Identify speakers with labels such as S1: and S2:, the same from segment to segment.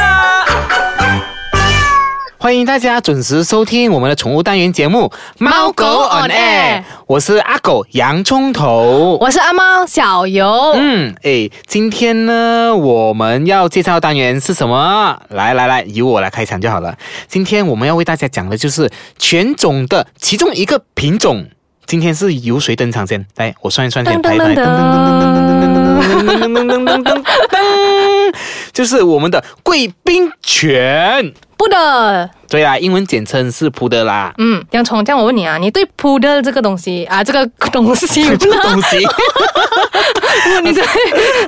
S1: 啊。
S2: 欢迎大家准时收听我们的宠物单元节目《猫狗 on air》，我是阿狗洋葱头。
S3: 我是阿猫小游。
S2: 嗯，哎，今天呢，我们要介绍的单元是什么？来来来，由我来开场就好了。今天我们要为大家讲的就是犬种的其中一个品种。今天是由谁登场先？来，我算一算先，
S3: 噔噔
S2: 排排
S3: 噔
S2: 噔，就是我们的贵宾犬。
S3: 布的，
S2: 对啦，英文简称是普德啦。
S3: 嗯，洋葱，这样我问你啊，你对布的这个东西啊，这个东 西，
S2: 这个东西，
S3: 你 对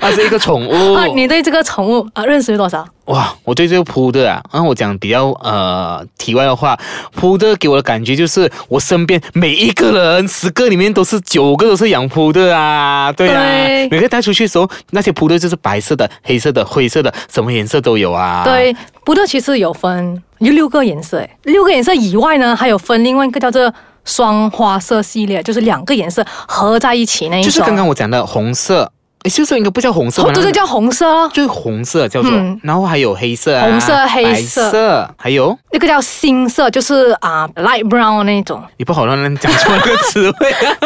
S2: 它是一个宠
S3: 啊，
S2: 物。
S3: 你对这个宠物啊认识有多少？
S2: 哇，我对这个扑的啊，然后我讲比较呃题外的话，扑的给我的感觉就是我身边每一个人十个里面都是九个都是养扑的啊，对啊，
S3: 对
S2: 每个带出去的时候，那些扑的就是白色的、黑色的、灰色的，什么颜色都有啊。
S3: 对，布的其实有分有六个颜色，诶六个颜色以外呢，还有分另外一个叫做双花色系列，就是两个颜色合在一起那一
S2: 就
S3: 种。
S2: 是刚刚我讲的红色，诶就是应该不叫红色吧？
S3: 哦，对对，叫红色咯，
S2: 就是红色叫做，
S3: 嗯
S2: 然后还有黑色啊，
S3: 红色黑
S2: 白
S3: 色
S2: 色还有
S3: 那个叫新色，就是啊、light brown 那一种。
S2: 你不好乱乱讲出那个词汇、啊。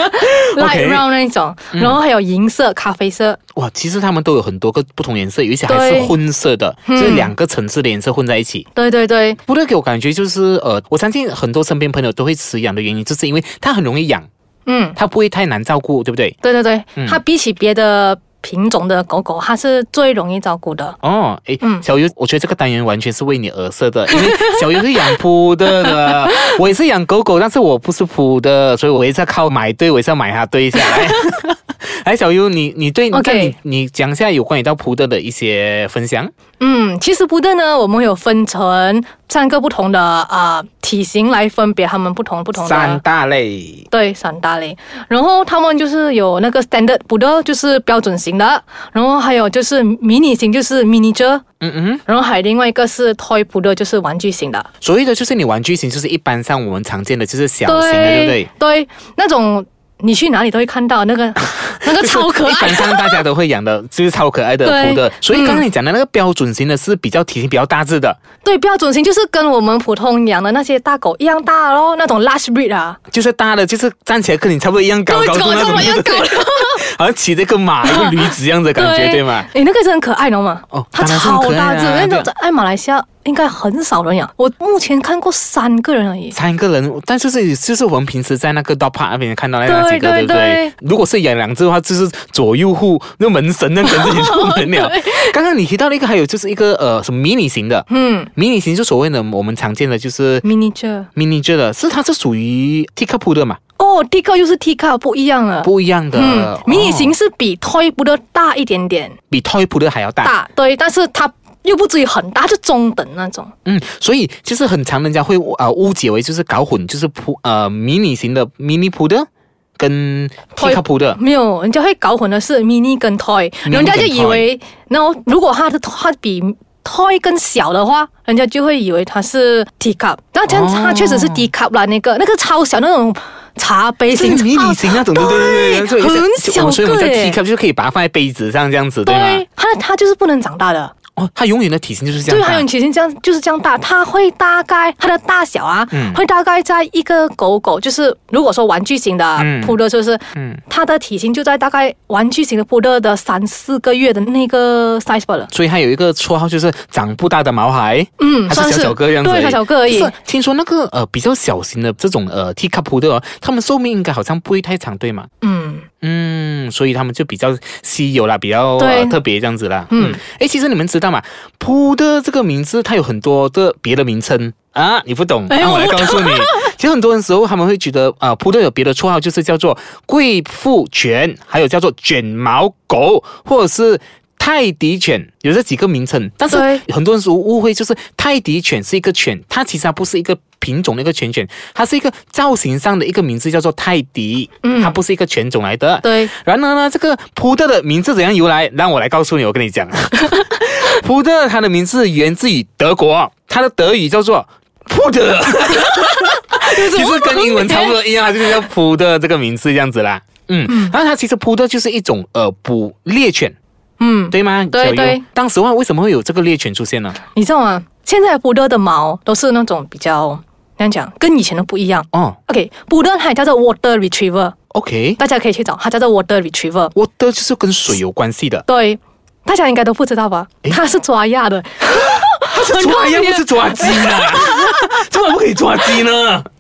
S3: light
S2: OK 嗯
S3: brown 那一种，然后还有银色、咖啡色，
S2: 哇，其实它们都有很多个不同颜色，有一些还是
S3: 对嗯
S2: 混色的，就是两个层次的颜色混在一起。
S3: 对对对，
S2: 不对，给我感觉就是呃，我相信很多身边朋友都会吃养的原因，就是因为它很容易养，
S3: 嗯，
S2: 它不会太难照顾，对不对？
S3: 对对对，
S2: 嗯
S3: 它比起别的品种的狗狗，它是最容易照顾的。
S2: 哦，诶，
S3: 嗯
S2: 小优，我觉得这个单元完全是为你而设的， 因为小优是养扑的的，我也是养狗狗，但是我不是扑的，所以我也是要靠买对，我也是要买它对下 来。来，小优，你你对
S3: OK
S2: 这样你你讲一下有关于到扑的的一些分享。
S3: 嗯，其实布顿呢，我们有分成三个不同的啊、呃体型来分别它们不同不同的
S2: 三大类。
S3: 对，散大类。然后他们就是有那个 standard poodle，就是标准型的，然后还有就是迷你型，就是 miniature，
S2: 嗯嗯，
S3: 然后还有另外一个是 toy poodle，就是玩具型的。
S2: 所谓的就是你玩具型，就是一般上我们常见的就是小型的，对不对？
S3: 对，那种你去哪里都会看到 那个那个超可
S2: 一般
S3: 爱。
S2: 上大家都会养的，就是超可爱的
S3: 对
S2: 扑的。所以
S3: 嗯
S2: 刚刚你讲的那个标准型的是比较体型比较大致的，
S3: 对，标准型就是跟我们普通养的那些大狗一样大咯，那种 large breed 啊，
S2: 就是大的，就是站起来跟你差不多一样高
S3: 对
S2: 高度
S3: 跟我
S2: 那
S3: 差
S2: 种
S3: 不，多一样
S2: 对不对好像骑着一个马、一个驴子一样的感觉，对吗？？
S3: 诶，那个是很可爱，你懂吗？
S2: 哦
S3: 它
S2: 当然是很
S3: 超
S2: 可爱啊
S3: 大只，那
S2: 对啊
S3: 种在马来西亚应该很少人养，我目前看过三个人而已。
S2: 三个人，但就是就是我们平时在那个 dog park 那边看到那那几
S3: 对
S2: 个，
S3: 对
S2: 对不对
S3: 对？。
S2: 如果是养两只的话，就是左右护那门神那跟着你出门了
S3: 对
S2: 刚刚你提到了一个，还有就是一个呃什么迷你型的，
S3: 嗯
S2: 迷你型就所谓的我们常见的就是
S3: ，miniature。
S2: miniature 的，是它是属于 t i k a p 的嘛，
S3: 哦，T 克又是 T 克，不一样了。
S2: 不一样的。
S3: 嗯，迷你型
S2: 哦
S3: 是比 toy poodle 大一点点，
S2: 比 toy 普的还要大，
S3: 大对，但是它又不至于很大，就中等那种。
S2: 嗯，所以就是很常人家会呃误解为就是搞混，就是普呃迷你型的 mini 普的跟 t i k
S3: Toy-
S2: a p 的。
S3: 没有，人家会搞混的是 mini 跟 toy，
S2: 跟
S3: 人家就以为，然后如果它的它比 toy 更小的话，人家就会以为它是 teacup。那这样
S2: 哦
S3: 它确实是 teacup 啦，那个那个超小那种茶杯
S2: 就是
S3: 型，
S2: 迷你
S3: 啊
S2: 型那种，对对对，
S3: 对
S2: 所以
S3: 很
S2: 就
S3: 小
S2: 哦所以我们叫
S3: 个
S2: T
S3: 耶
S2: cup 就可以把它放在杯子上这样子，对吗
S3: 啊对？，它它就是不能长大的。
S2: 哦，它永远的体型就是这
S3: 对，啊
S2: 样
S3: 还有
S2: 大。
S3: 其实这样就是这样大，它会大概它的大小啊，
S2: 嗯
S3: 会大概在一个狗狗，就是如果说玩具型的
S2: 嗯
S3: 扑的，就是、
S2: 嗯
S3: 它的体型就在大概玩具型的扑的的三四个月的那个 size 罢了。
S2: 所以它有一个绰号就是长不大的毛孩。
S3: 嗯，
S2: 还是
S3: 算
S2: 小
S3: 是
S2: 小个这样子而已，
S3: 对，小小个而已
S2: 不。是听说那个呃比较小型的这种呃 T cup 的、哦，他们寿命应该好像不会太长，对吗？
S3: 嗯，
S2: 嗯，所以他们就比较稀有啦，比较、
S3: 对
S2: 呃、特别这样子啦。
S3: 嗯，
S2: 诶，其实你们知道吗？扑的这个名字它有很多的别的名称啊，你不懂，
S3: 哎
S2: 让我
S3: 我
S2: 来告诉你。其实很多人时候他们会觉得啊，扑、的有别的绰号，就是叫做贵妇犬，还有叫做卷毛狗，或者是。泰迪犬有这几个名称，但是
S3: 对
S2: 很多人说误会，就是泰迪犬是一个犬，它其实它不是一个品种的一个犬犬，它是一个造型上的一个名字叫做泰迪，
S3: 嗯
S2: 它不是一个犬种来的。
S3: 对，
S2: 然而呢，这个普特的名字怎样由来？让我来告诉你，我跟你 讲，普特 它的名字源自于德国，它的德语叫做普特。其实跟英文差不多一样，就是叫扑的这个名字这样子啦。嗯，然后它其实扑的就是一种呃捕猎犬，
S3: 嗯，
S2: 对吗？
S3: 对
S2: 小优
S3: 对。
S2: 当时话为什么会有这个猎犬出现呢？
S3: 你知道吗？现在布勒的毛都是那种比较，怎样讲，跟以前的不一样。
S2: 哦
S3: OK，布勒还叫做 water retriever，
S2: ，OK，
S3: 大家可以去找，它叫做 water retriever。
S2: 我的就是跟水有关系 的，
S3: 对，大家应该都不知道吧？它是抓鸭的，
S2: 它是
S3: 啊
S2: 抓鸭不是抓鸡 呢？怎么不可以抓鸡呢？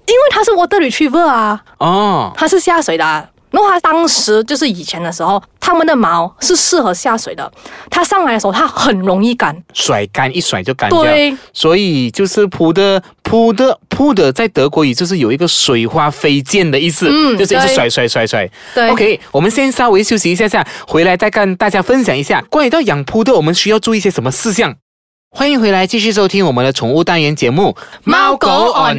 S3: 因为它是 water retriever 啊，
S2: 哦，
S3: 它是下水的、啊。然后它当时就是以前的时候，它们的毛是适合下水的，它上来的时候它很容易干。
S2: 甩干一甩就干掉
S3: 对，
S2: 所以就是扑的扑的扑的，在德国语就是有一个水花飞溅的意思，
S3: 嗯
S2: 就是一直
S3: 对
S2: 甩甩甩甩。
S3: 对
S2: OK，我们先稍微休息一下下，回来再跟大家分享一下关于到养扑的，我们需要注意些什么事项。欢迎回来，继续收听我们的宠物单元节目《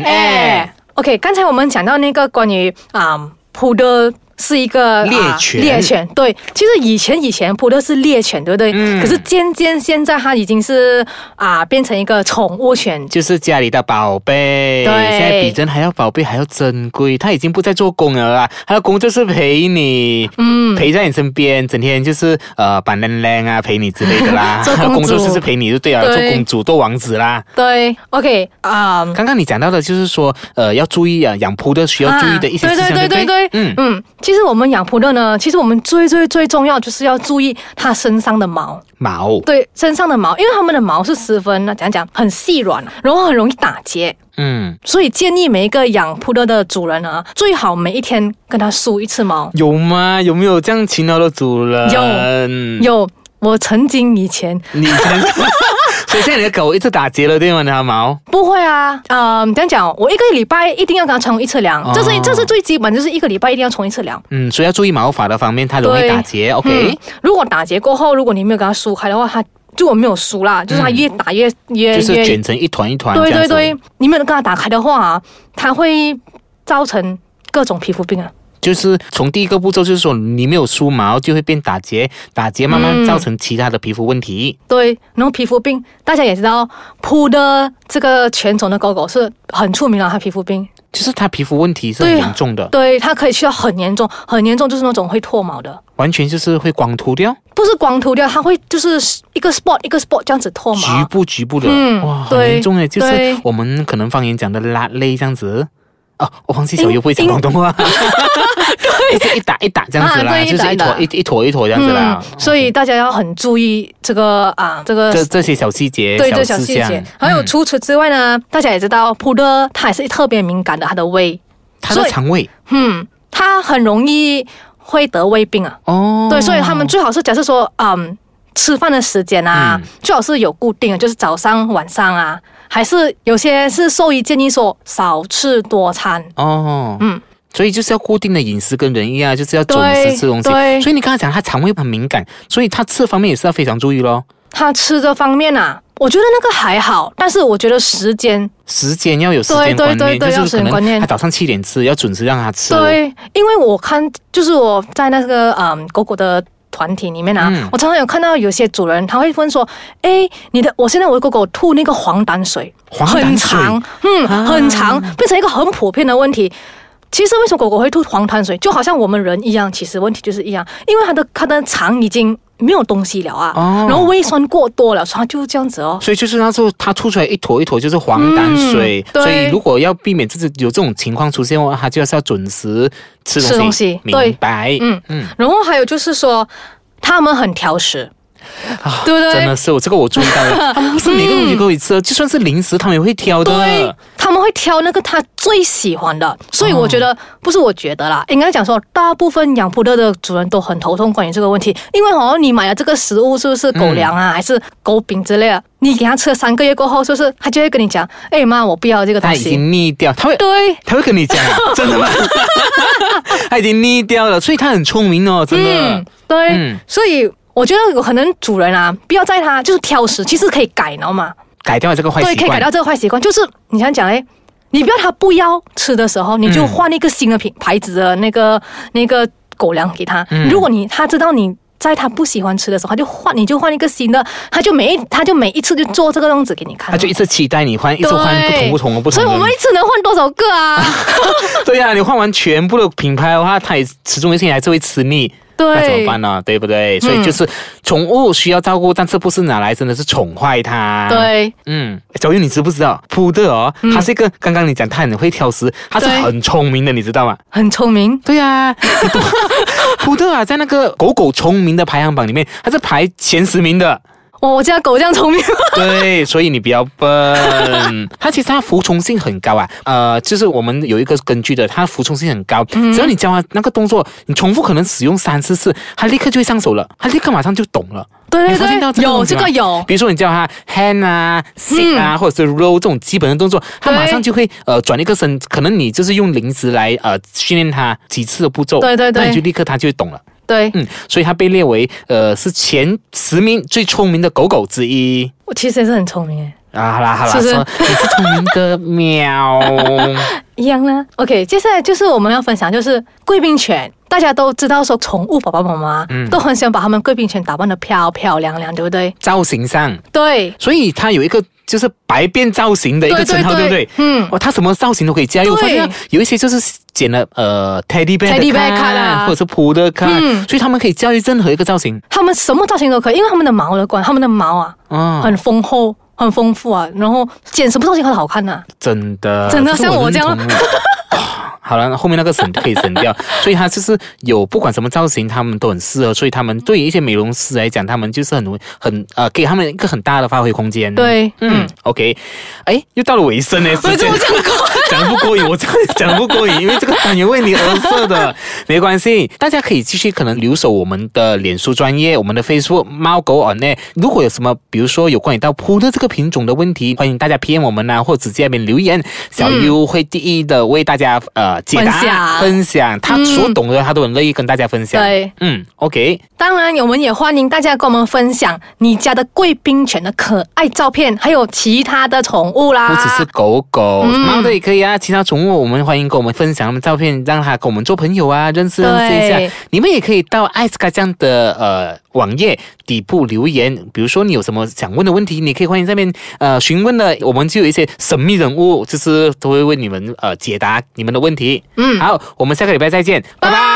S3: OK，刚才我们讲到那个关于啊，普的是一个
S2: 猎
S3: 啊
S2: 犬
S3: 猎犬对，其实以前以前普的是猎犬，对不对？
S2: 嗯
S3: 可是渐渐现在它已经是啊，变成一个宠物犬。
S2: 就是家里的宝贝，
S3: 对
S2: 现在比真还要宝贝还要珍贵，它已经不再做工了啦，它的工作是陪你，嗯，陪在你身边，整天就是呃板凳凳啊陪你之类的 啦，
S3: 做
S2: 它的
S3: 公
S2: 工
S3: 主
S2: 作室是陪你就对了，
S3: 对
S2: 做公主做王子啦。
S3: 对，OK 啊、
S2: 嗯刚刚你讲到的就是说，呃，要注意啊，养扑的需要注意的一些事
S3: 啊
S2: 项，对
S3: 对对
S2: 不
S3: 对对
S2: 嗯
S3: 嗯。嗯，其实我们养普乐呢，其实我们最最最重要就是要注意它身上的毛，
S2: 毛，
S3: 对身上的毛，因为它们的毛是十分那讲讲很细软，啊然后很容易打结，
S2: 嗯，
S3: 所以建议每一个养普乐的主人啊，最好每一天跟它梳一次毛。
S2: 有吗？有没有这样勤劳的主人？有，
S3: 有，我曾经以前
S2: 你才， 所以现在你的狗一直打结了，对吗？你的毛。
S3: 不会啊，呃，这样讲，我一个礼拜一定要给它冲一次凉，这是
S2: 哦
S3: 这是最基本，就是一个礼拜一定要冲一次凉。
S2: 嗯，所以要注意毛发的方面，它容易
S3: 对
S2: 打结。OK，、
S3: 嗯如果打结过后，如果你没有给它梳开的话，它如果没有梳啦，就是它越打越、越
S2: 嗯就是
S3: 越
S2: 卷成一团一团这
S3: 对
S2: 样
S3: 对
S2: 子。
S3: 对，你没有给它打开的话啊，它会造成各种皮肤病啊。
S2: 就是从第一个步骤就是说，你没有梳毛就会变打结，打结慢
S3: 嗯
S2: 慢造成其他的皮肤问题。
S3: 对，然后皮肤病大家也知道，扑的这个犬种的狗狗是很出名的，它皮肤病，
S2: 就是它皮肤问题是很
S3: 对啊
S2: 严重的，
S3: 对，它可以去到很严重，很严重就是那种会脱毛的，
S2: 完全就是会光秃掉，
S3: 不是光秃掉，它会就是一个 spot 一个 spot 这样子脱
S2: 局
S3: 毛。
S2: 部局部的，
S3: 嗯
S2: 哇，很
S3: 对
S2: 严重诶，欸就是
S3: 对
S2: 我们可能方言讲的拉勒这样子。哦，我忘记小
S3: 因
S2: 优不会讲
S3: 因
S2: 广东话， 就是一打一打这样子啦，
S3: 嗯啊对一
S2: 就是
S3: 打
S2: 一
S3: 一打
S2: 坨一一坨一坨这样子啦。
S3: 所以大家要很注意这个啊，这个
S2: 这这些小细节，
S3: 对这小
S2: 事
S3: 细
S2: 项
S3: 节。，还有
S2: 嗯
S3: 除此之外呢，大家也知道，扑的它也是特别敏感的，它的胃，
S2: 它
S3: 所
S2: 的
S3: 以
S2: 肠胃
S3: 嗯，它很容易会得胃病啊。
S2: 哦，
S3: 对，所以他们最好是假设说，嗯，吃饭的时间啊，
S2: 嗯最
S3: 最好是有固定的，就是早上、晚上啊，还是有些是兽医建议说少吃多餐。
S2: 哦，
S3: 嗯，
S2: 所以就是要固定的饮食，跟人一样，就是要准时
S3: 对
S2: 吃东西。
S3: 对
S2: 所以你刚才讲他肠胃很敏感，所以他吃方面也是要非常注意咯。
S3: 他吃这方面啊，我觉得那个还好，但是我觉得时间
S2: 时间要有时间观念，
S3: 对对对对
S2: 就是可
S3: 要有时间观
S2: 能
S3: 念
S2: 他早上七点吃，要准时让他吃。，
S3: 对，因为我看就是我在那个嗯狗狗的。团体里面啊，
S2: 嗯
S3: 我常常有看到有些主人他会问说：“哎，你的我现在我的狗狗吐那个黄胆水，
S2: 黄胆水
S3: 很长，嗯，
S2: 啊
S3: 很长，变成一个很普遍的问题。其实为什么狗狗会吐黄胆水，就好像我们人一样，其实问题就是一样，因为它的它的肠已经没有东西了啊，
S2: 哦
S3: 然后胃酸过多了，所以它就这样子哦。
S2: 所以就是那时候他吐出来一坨一坨就是黄胆水。
S3: 嗯对
S2: 所以如果要避免自己有这种情况出现的话，他就是要准时吃东西。
S3: 吃东西对
S2: 明白。
S3: 嗯
S2: 嗯
S3: 然后还有就是说，它们很挑食，
S2: 啊
S3: 对不对
S2: 真的是我这个我注意到了，他 们不是每个东西都会吃的，就算是零食他们也会挑
S3: 对
S2: 的。，
S3: 他们会挑那个他最喜欢的，所以我觉得、
S2: 哦
S3: 不是我觉得啦，应该讲说，大部分养扑乐的主人都很头痛关于这个问题，因为哦，你买了这个食物是不是狗粮
S2: 嗯
S3: 啊，还是狗饼之类的，你给它吃了三个月过后，是不是它就会跟你讲，哎妈，我不要这个东
S2: 他已
S3: 西，
S2: 经腻掉，他会
S3: 对。
S2: 他会跟你讲啊，真 的吗？他已经腻掉了，所以他很聪明哦，真的。
S3: 嗯，对，
S2: 嗯
S3: 所以我觉得有可能主人啊，不要在他就是挑食，其实可以改，你知道吗？
S2: 改掉了这个坏习
S3: 对，
S2: 惯，
S3: 可以改掉这个坏习惯。就是你想讲嘞，你不要他不要吃的时候，你
S2: 嗯嗯
S3: 就换一个新的品牌子的那个那个狗粮给他。如果你他知道你在它不喜欢吃的时候，它就换，你就换一个新的，它就每一它就每一次就做这个样子给你看。
S2: 他就一直期待你换，一
S3: 对
S2: 直换不同不同的不同的。
S3: 所以我们一次能换多少个啊？
S2: 对啊呀、你换完全部的品牌的话，它也始终有一天还是会吃腻。
S3: 对嗯
S2: 那怎么办呢？对不对？所以就是宠物需要照顾，但是不是拿来真的是宠坏它？，
S3: 对，嗯
S2: 嗯，小玉，你知不知道普的哦，它是一个刚刚你讲它很会挑食，它是
S3: 对
S2: 很聪明的，你知道吗？
S3: 很聪明。
S2: 对呀、你懂 普的啊，在那个狗狗聪明的排行榜里面，它是排前十名的。
S3: 哇，我家狗这样聪明，
S2: 对，所以你比较 笨。它其实它服从性很高啊，呃，就是我们有一个根据的，它服从性很高。只要你教它那个动作，你重复可能使用三四次，它立刻就会上手了，它立刻马上就懂了。
S3: 对
S2: 你有发现
S3: 对
S2: 到这
S3: 对，
S2: 个
S3: 有
S2: 东西
S3: 这
S2: 吗
S3: 个有，嗯
S2: 比如说你教它 hand 啊、sit 啊，或者是 roll 这种基本的动作，它
S3: 对
S2: 马上就会呃转一个身，可能你就是用零食来呃训练它几次的步骤，
S3: 对对对
S2: 那你就立刻它就会懂了。
S3: 对，
S2: 嗯，所以它被列为呃是前十名最聪明的狗狗之一。
S3: 我其实也是很聪明哎诶。
S2: 啊，好啦好啦，
S3: 是不是
S2: 说你是聪明的 喵，
S3: 一样啦。OK，接下来就是我们要分享，就是贵宾犬。大家都知道说，宠物宝宝妈妈
S2: 嗯
S3: 都很喜欢把他们贵宾犬打扮得漂漂亮亮，对不对？
S2: 造型上，
S3: 对，
S2: 所以它有一个就是百变造型的一个
S3: 对对
S2: 称号，对不
S3: 对
S2: 对？哦
S3: 嗯
S2: 哇，它什么造型都可以加入，我
S3: 对
S2: 发现有一些就是剪了呃 teddy bear 的
S3: teddy bear
S2: 卡
S3: 卡啦
S2: 或者是 p 的卡，
S3: 嗯
S2: 所以他们可以驾驭任何一个造型
S3: 他们什么造型都可以，因为他们的毛的关，他们的毛啊
S2: 啊，
S3: 很丰厚、很丰富啊，然后剪什么造型很好看呐、
S2: 真的
S3: 真的
S2: 呃这个
S3: 像我
S2: 认
S3: 这样啊
S2: 同的。哇好了，后面那个省可以省掉，所以它就是有不管什么造型，他们都很适合。所以他们对于一些美容师来讲，他们就是很很呃，给他们一个很大的发挥空间。
S3: 对，
S2: 嗯，OK，哎，又到了尾声呢，时间 讲不过瘾，我真的讲不过瘾，因为这个单元为你而设的， 没关系，大家可以继续可能留守我们的脸书专业，我们的 Facebook 猫狗 on 呢。如果有什么，比如说有关于到扑的这个品种的问题，欢迎大家 PM 我们呐、啊或者直接那边留言，小优会第一的为大家呃解答
S3: 分享
S2: 分享，他所懂的他都很乐意跟大家分享。
S3: 对，
S2: 嗯，OK，
S3: 当然，我们也欢迎大家跟我们分享你家的贵宾犬的可爱照片，还有其他的宠物啦。
S2: 不只是狗狗，猫的也可以啊。其他宠物，我们欢迎跟我们分享他们照片，让它跟我们做朋友啊，认识
S3: 对
S2: 认识一下。你们也可以到艾斯卡这样的呃网页底部留言，比如说你有什么想问的问题，你可以欢迎上面呃询问的，我们就有一些神秘人物，就是都会为你们呃解答你们的问题。嗯，好，我们下个礼拜再见，拜拜